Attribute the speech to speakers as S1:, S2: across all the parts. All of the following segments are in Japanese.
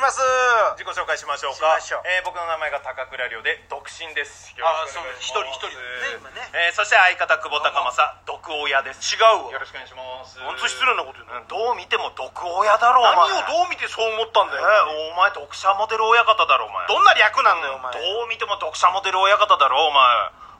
S1: ます
S2: 自己紹介しましょう
S1: し
S2: か
S1: ましょう
S2: えー僕の名前が高倉涼で独身ですよ
S1: あー
S2: ろしく
S1: そう
S2: お願い
S1: です
S2: し
S1: 一人一人
S2: ます
S1: ね今ね
S2: えーそして相方久保高政毒親です
S1: 違う
S2: よ
S1: わ
S2: ろしくお願いします
S1: 本当に失礼なこと言うな
S2: どう見ても毒親だろお
S1: 何
S2: 前
S1: をどう見てそう思ったんだよ
S2: えーお前読者モデル親方だろお前
S1: どんな略なんだよお前
S2: どう見ても読者モデル親方だろお前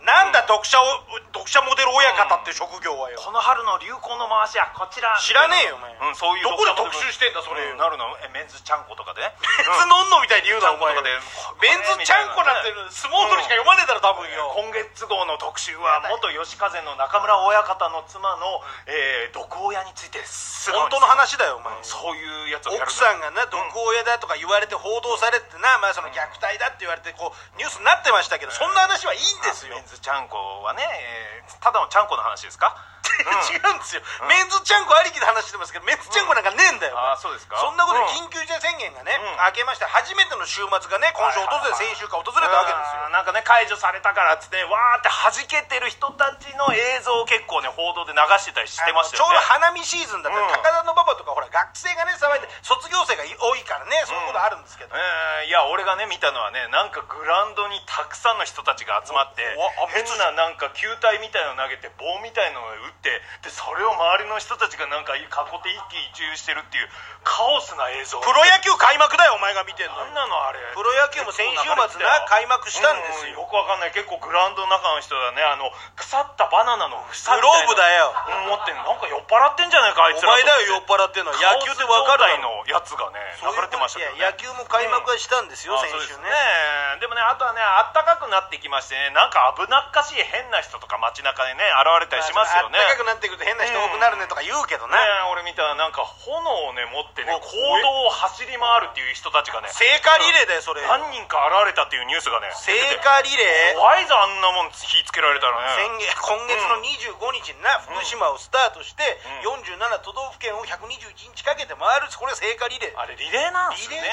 S1: なんだ読者を読者モデル親方って職業はよ
S2: この春の流行の回しやこちら
S1: 知らねえよお前
S2: うんそういう
S1: どこで特集してんだそれ
S2: うんなるのえメンズちゃんことかで
S1: メンズノンノみたいに言うなお前
S2: メンズちゃんことかで
S1: メンズちゃんこなんて相撲取りしか読まねえだろ多分よ
S2: 今月号の特集は元吉風の中村親方の妻の、えー、毒親についてです
S1: 本当の話だよお前
S2: そういうやつをやる
S1: 奥さんがな毒親だとか言われて報道されてな、まあ、その虐待だって言われてこうニュースになってましたけど、そんな話はいいんですよ、
S2: メンズちゃんこはね、えーただのちゃんこの話ですか
S1: 違うんですよ、メンズちゃんこありきで話してますけどメンズちゃんこなんかねえんだよ、
S2: あーそうですか
S1: そんなことで
S2: うん
S1: 緊急事態宣言がね、
S2: うん
S1: 明けまして初めての週末がね今週訪れ、
S2: はいはいはい
S1: 先週か訪れたわけです
S2: あ
S1: よ
S2: ーなんかね解除されたからっつってわーって弾けてる人たちの映像を結構ね報道で流してたりしてましたよ
S1: あのちょうど花見
S2: ね
S1: シーズンだった、
S2: うん
S1: 高田の馬場とかほら学生がね騒いで、卒業生が多いからねそういうことあるんですけど、
S2: えーいや俺がね見たのはねなんかグラウンドにたくさんの人たちが集まって
S1: おおあ
S2: 変ななんか球体みたいの投げて棒みたいのを打ってでそれを周りの人たちがなんか囲って一喜一憂してるっていうカオスな映像
S1: プロ野球開幕だよお前が見てんの
S2: なんなのあれ
S1: プロ野球も先週末な開幕したんです
S2: う
S1: よ、
S2: よくわかんない結構グラウンドの中の人はねあの腐ったバナナの房
S1: グローブだよ
S2: 思ってんのなんか酔っ払ってんじゃないかあい
S1: お
S2: つら
S1: 前だよ酔っ払ってんのは野球って分かる
S2: いのやつがね
S1: そ
S2: 流
S1: ういう
S2: れてましたけど、
S1: い
S2: ね、
S1: や野球も開幕はしたんですよ、
S2: あ
S1: 先
S2: そうです
S1: 週
S2: ね
S1: ね
S2: でもねあとはねあったかくなってきましてねなんか危なっかしい変な人とか街中でね現れたりしますよね
S1: あったかくなってくると変な人多くなるねとか言うけど
S2: ね
S1: な、
S2: 俺見たらなんか炎をね持ってね
S1: お
S2: 行動を走り回るっていう人たちがね
S1: 聖火リレーだよそれ
S2: 何人か現れたっていうニュースがね
S1: 聖
S2: 出てて
S1: 火リレー
S2: 怖いぞあんなもん火つけられたら
S1: 先
S2: ね
S1: 月今月の25日にな、福島をスタートして、
S2: う
S1: 47都道府県を121日かけて回るこれ聖火リレー
S2: あれリレーなんすね
S1: リレー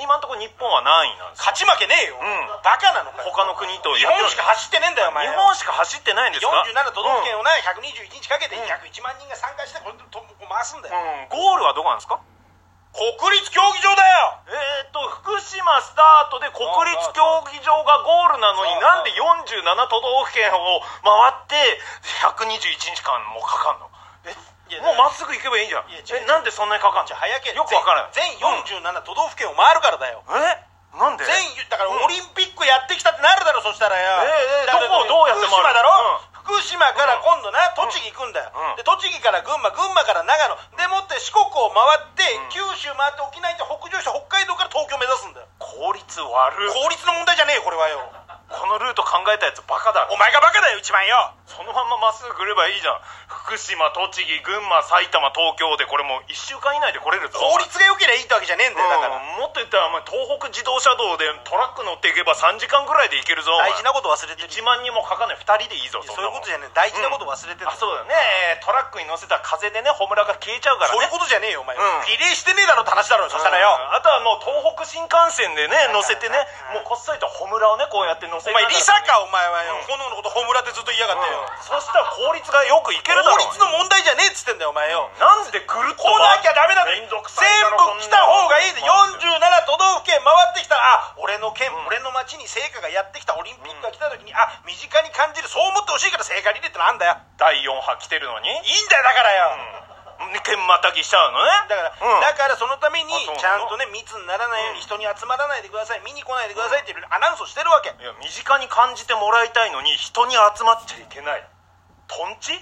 S1: です
S2: 今のところ日本は何位なんですか
S1: 勝ち負けねえよ、
S2: ん
S1: バカなのかよ
S2: 他の国と
S1: 日
S2: やって
S1: 本
S2: る
S1: しか走ってねえんだよお前
S2: 日本しか走ってないんですか
S1: 47都道府県
S2: を、
S1: をな121日かけて
S2: うん
S1: 約1万人が参加してこれとこう回すんだ
S2: う
S1: よ、
S2: んうんゴールはどこなんですか
S1: 国立競技場だよ
S2: えー、と福島スタートで国立競技場がゴールなのに
S1: そう
S2: なんで47都道府県を回って121日間もかかんのえ
S1: いや
S2: もうまっすぐ行けばいいんじゃん
S1: いや違う
S2: えなんでそんなにかかんの
S1: じゃあ早ければ
S2: よくわからない
S1: 全全47都道府県を回るからだよ
S2: えなんで
S1: 全だから
S2: う
S1: オ
S2: ん
S1: リンピックやってきたってなるだろそしたらよ
S2: ええええ
S1: だから
S2: どこをどうやって
S1: 福
S2: 回る
S1: 島だろ福島から今度な栃木行くんだよ
S2: うん
S1: で栃木から群馬群馬から長野でもって四国を回って九州回って沖縄行って北上して北海道から東京目指すんだよ
S2: 効率悪い
S1: 効率の問題じゃねえよこれはよ
S2: このルート考えたやつバカだ
S1: お前がバカだよ一番よ
S2: そのまんままっすぐ来ればいいじゃん福島栃木群馬埼玉東京でこれもう1週間以内で来れるぞ
S1: 効率が良ければいいってわけじゃねえんだよだから
S2: うんもっと言ったらお前東北自動車道でトラック乗っていけば3時間ぐらいで行けるぞお前
S1: 大事なこと忘れてる
S2: 1万人もかかんない2人でいいぞ
S1: そういうことじゃ
S2: ね
S1: ねえ大事なこと忘れてる
S2: あそうだよねえートラックに乗せた風でねホムラが消えちゃうから
S1: そういう
S2: ね
S1: ことじゃねえよお前
S2: うん
S1: リレーしてねえだろって話だろそしたらよ
S2: うんあとはもう東北新幹線でね乗せてね
S1: うん
S2: もうこっそりとホムラをねこうやって乗
S1: お
S2: せなが
S1: 前リ
S2: ら
S1: サかお前はよ、
S2: うん
S1: 炎のことホムラってずっと言いやがってよ、
S2: うんそしたら効率がよくいけるだろ
S1: 法律の問題じゃねえっつってんだよお前よ、
S2: なんでぐるっ
S1: 来
S2: と
S1: なきゃダメだって
S2: めんどくさ
S1: 全
S2: いだろ
S1: 部来た方がいいで
S2: こんなの
S1: 47都道府県回ってきたらあ俺の県、俺の町に聖火がやってきたオリンピックが来た時に、あ身近に感じるそう思ってほしいから聖火リレーってのあんだよ
S2: 第4波来てるのに
S1: いいんだよだからよ、
S2: うん剣またぎしちゃうのね
S1: だから、
S2: うん
S1: だからそのために
S2: あそう
S1: ちゃん
S2: なの
S1: とね密にならないように人に集まらないでください見に来ないでくださいっていうアナウンスをしてるわけ違う
S2: いや身近に感じてもらいたいのに人に集まっちゃいけないとんち
S1: よ、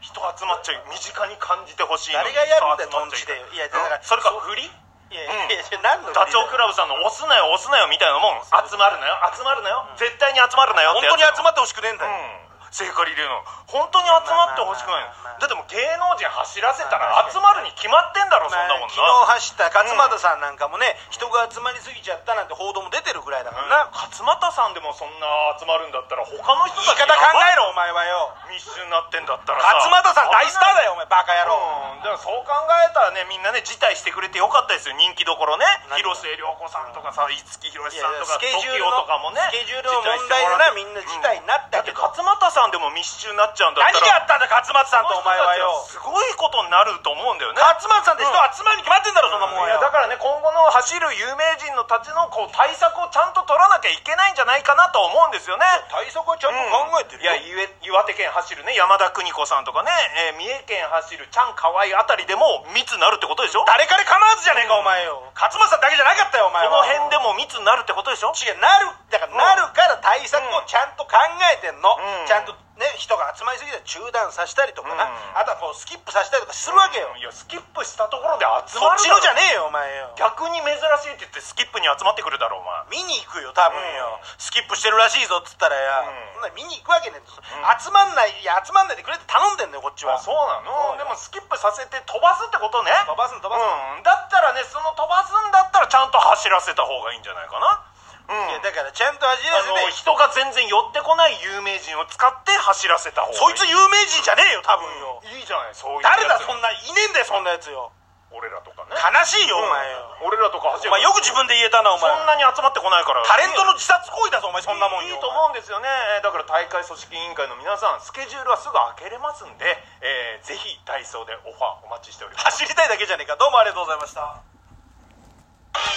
S2: 人集まっちゃい身近に感じてほしいの
S1: 誰
S2: に
S1: がやるんだよ
S2: 人
S1: とん
S2: 集まっち
S1: ち
S2: ゃ
S1: でよい
S2: い
S1: や
S2: けな
S1: だか
S2: い
S1: ら
S2: それか振り
S1: いやいやいや何の
S2: ダチョウ倶楽部さんの「押すなよ押すなよ」みたいなもん集まるなよ集まるなよ絶対に集まるなよ
S1: 本当に集ま
S2: っ
S1: ってほしくねえんだ
S2: う
S1: よ、
S2: ん聖火リレーの本当に集まってほしくないの
S1: まあまあまあまあ
S2: だってもう芸能人走らせたら集まるに決まってんだろそんなもんな
S1: 昨日走った勝俣さんなんかもね、人が集まりすぎちゃったなんて報道も出てるぐらいだからな、
S2: な勝俣さんでもそんな集まるんだったら他の人
S1: 言い
S2: たち
S1: 方考えろお前はよ
S2: 密集になってんだったらさ
S1: 勝俣さん大スターだよお前バカ野郎、
S2: うん、だからそう考えたらねみんなね辞退してくれてよかったですよ人気どころね広末涼子さんとかさ五木ひろ
S1: い
S2: し
S1: や
S2: さんとか
S1: スケジュール
S2: TOKIO
S1: の
S2: とかもね
S1: スケジュールの問題でなみんな事態になった
S2: だっ
S1: け
S2: て
S1: ど、
S2: 勝俣ささんでも密集になっちゃうんだった
S1: 何があ
S2: ら
S1: ったんだ勝松さんとお前はよ
S2: すごいことになると思うんだよね
S1: 勝松さんって人集まるに決まってんだろそんなもん
S2: い
S1: は
S2: や
S1: よ
S2: だからね今後の走る有名人のたちのこう対策をちゃんと取らなきゃいけないんじゃないかなと思うんですよね
S1: 対策はちゃんと考えてるよ、
S2: いや岩岩手県走るね山田邦子さんとかね、えー三重県走るちゃんかわいあたりでも密になるってことでしょこ
S1: 誰彼構わずじゃねえかお前よ勝松さんだけじゃなかったよお前
S2: の
S1: は
S2: 辺でも密になるってことでしょ
S1: 違うなるだからなるから対策をちゃんと考えてんの、
S2: うん
S1: ちゃんとね人が集まりすぎて中断させたりとかな、
S2: うん
S1: あとはこうスキップさせたりとかするわけよ、
S2: いやスキップしたところで集
S1: そ
S2: ま
S1: っ
S2: る
S1: ちのじゃ
S2: ね
S1: ねえよお前よ
S2: 逆に珍しいって言ってスキップに集まってくるだろお前
S1: 見に行くよ多分よ、スキップしてるらしいぞっつったらや、そ
S2: うん
S1: んな見に行くわけねえんだ、集まんないいや集まんないでくれって頼んでんのよこっちは
S2: そうなのでもスキップさせて飛ばすってことね
S1: 飛ばすん飛ばすん、
S2: うんだったらねその飛ばすんだったらちゃんと走らせた方がいいんじゃないかな
S1: いや
S2: うん
S1: だからちゃんと味
S2: あ
S1: わ
S2: の
S1: せて
S2: 人が全然寄ってこない有名人を使って走らせた方がいい
S1: そいつ有名人じゃねえよ多分よ、
S2: いいじゃないそういう
S1: 誰だそんな
S2: な
S1: いねえんだよそんなやつよ
S2: 俺らとかね
S1: 悲しいよお前よ、
S2: 俺らとか走
S1: お前よく自分で言えたなお
S2: そ
S1: 前
S2: んなに集まってこないから
S1: タレントの自殺行為だぞお前そんなもん
S2: いい
S1: よ
S2: と思うんですよねだから大会組織委員会の皆さんスケジュールはすぐ開けれますんで、えーぜひ体操でオファーお待ちしております
S1: 走りたいだけじゃねえかどうもありがとうございました